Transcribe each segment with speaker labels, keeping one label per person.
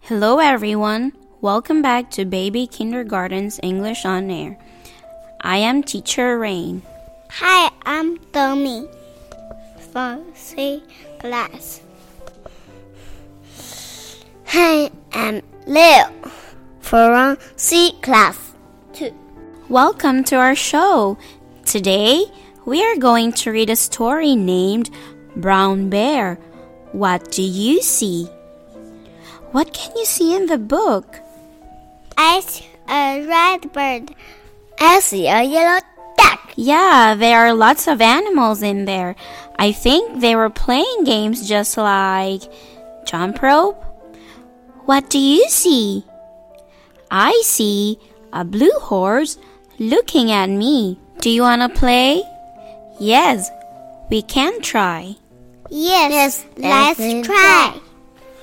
Speaker 1: Hello, everyone. Welcome back to Baby Kindergarten's English on Air. I am Teacher Rain.
Speaker 2: Hi, I'm Domi from C class. Hi, I'm Leo from C class. Two.
Speaker 1: Welcome to our show. Today, we are going to read a story named Brown Bear. What do you see? What can you see in the book?
Speaker 2: I see a red bird. I see a yellow duck.
Speaker 1: Yeah, there are lots of animals in there. I think they were playing games just like jump rope. What do you see? I see a blue horse looking at me. Do you want to play? Yes, we can try.
Speaker 2: Yes, let's, try.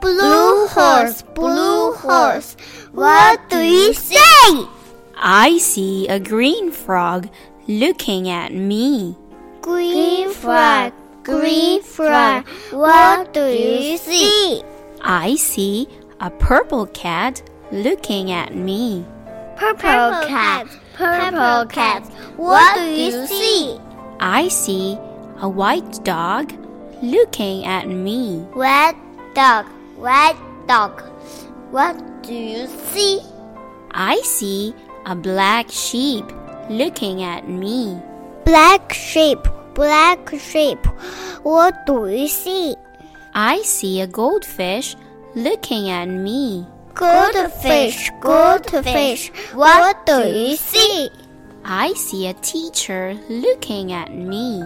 Speaker 2: Blue horse, blue horse, what do you see?
Speaker 1: I see a green frog looking at me.
Speaker 2: Green frog, green frog, what do you see?
Speaker 1: I see a purple cat looking at me.
Speaker 2: Purple cat, purple cat, what do you see?
Speaker 1: I see a white dog looking at me.
Speaker 2: Red dog, red dog, what do you see?
Speaker 1: I see a black sheep looking at me.
Speaker 2: Black sheep, black sheep, what do you see?
Speaker 1: I see a goldfish looking at me.
Speaker 2: Goldfish, goldfish, what do you see?
Speaker 1: I see a teacher looking at me.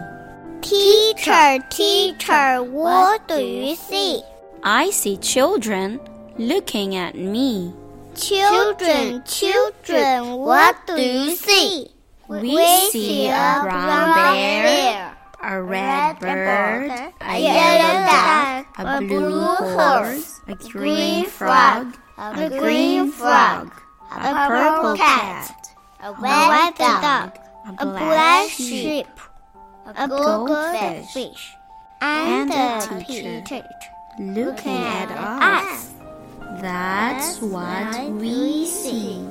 Speaker 2: Teacher, teacher, what do you see?
Speaker 1: I see children looking at me.
Speaker 2: Children, children, what do you see?
Speaker 1: We see a brown bear, A red bird, a yellow duck, a blue horse, a green frog,
Speaker 2: a green frog,
Speaker 1: a purple cat,
Speaker 2: a white
Speaker 1: dog,
Speaker 2: dog,
Speaker 1: a
Speaker 2: a
Speaker 1: black
Speaker 2: black
Speaker 1: sheep,
Speaker 2: sheep, a
Speaker 1: goldfish,
Speaker 2: goldfish,
Speaker 1: and
Speaker 2: and
Speaker 1: a
Speaker 2: a
Speaker 1: teacher
Speaker 2: teacher
Speaker 1: looking at us.
Speaker 2: us.
Speaker 1: That's what we
Speaker 2: we
Speaker 1: see.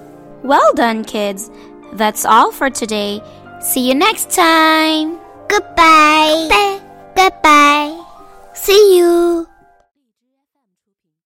Speaker 1: Well done, kids. That's all for today. See you next time.
Speaker 2: Goodbye. Goodbye. Goodbye.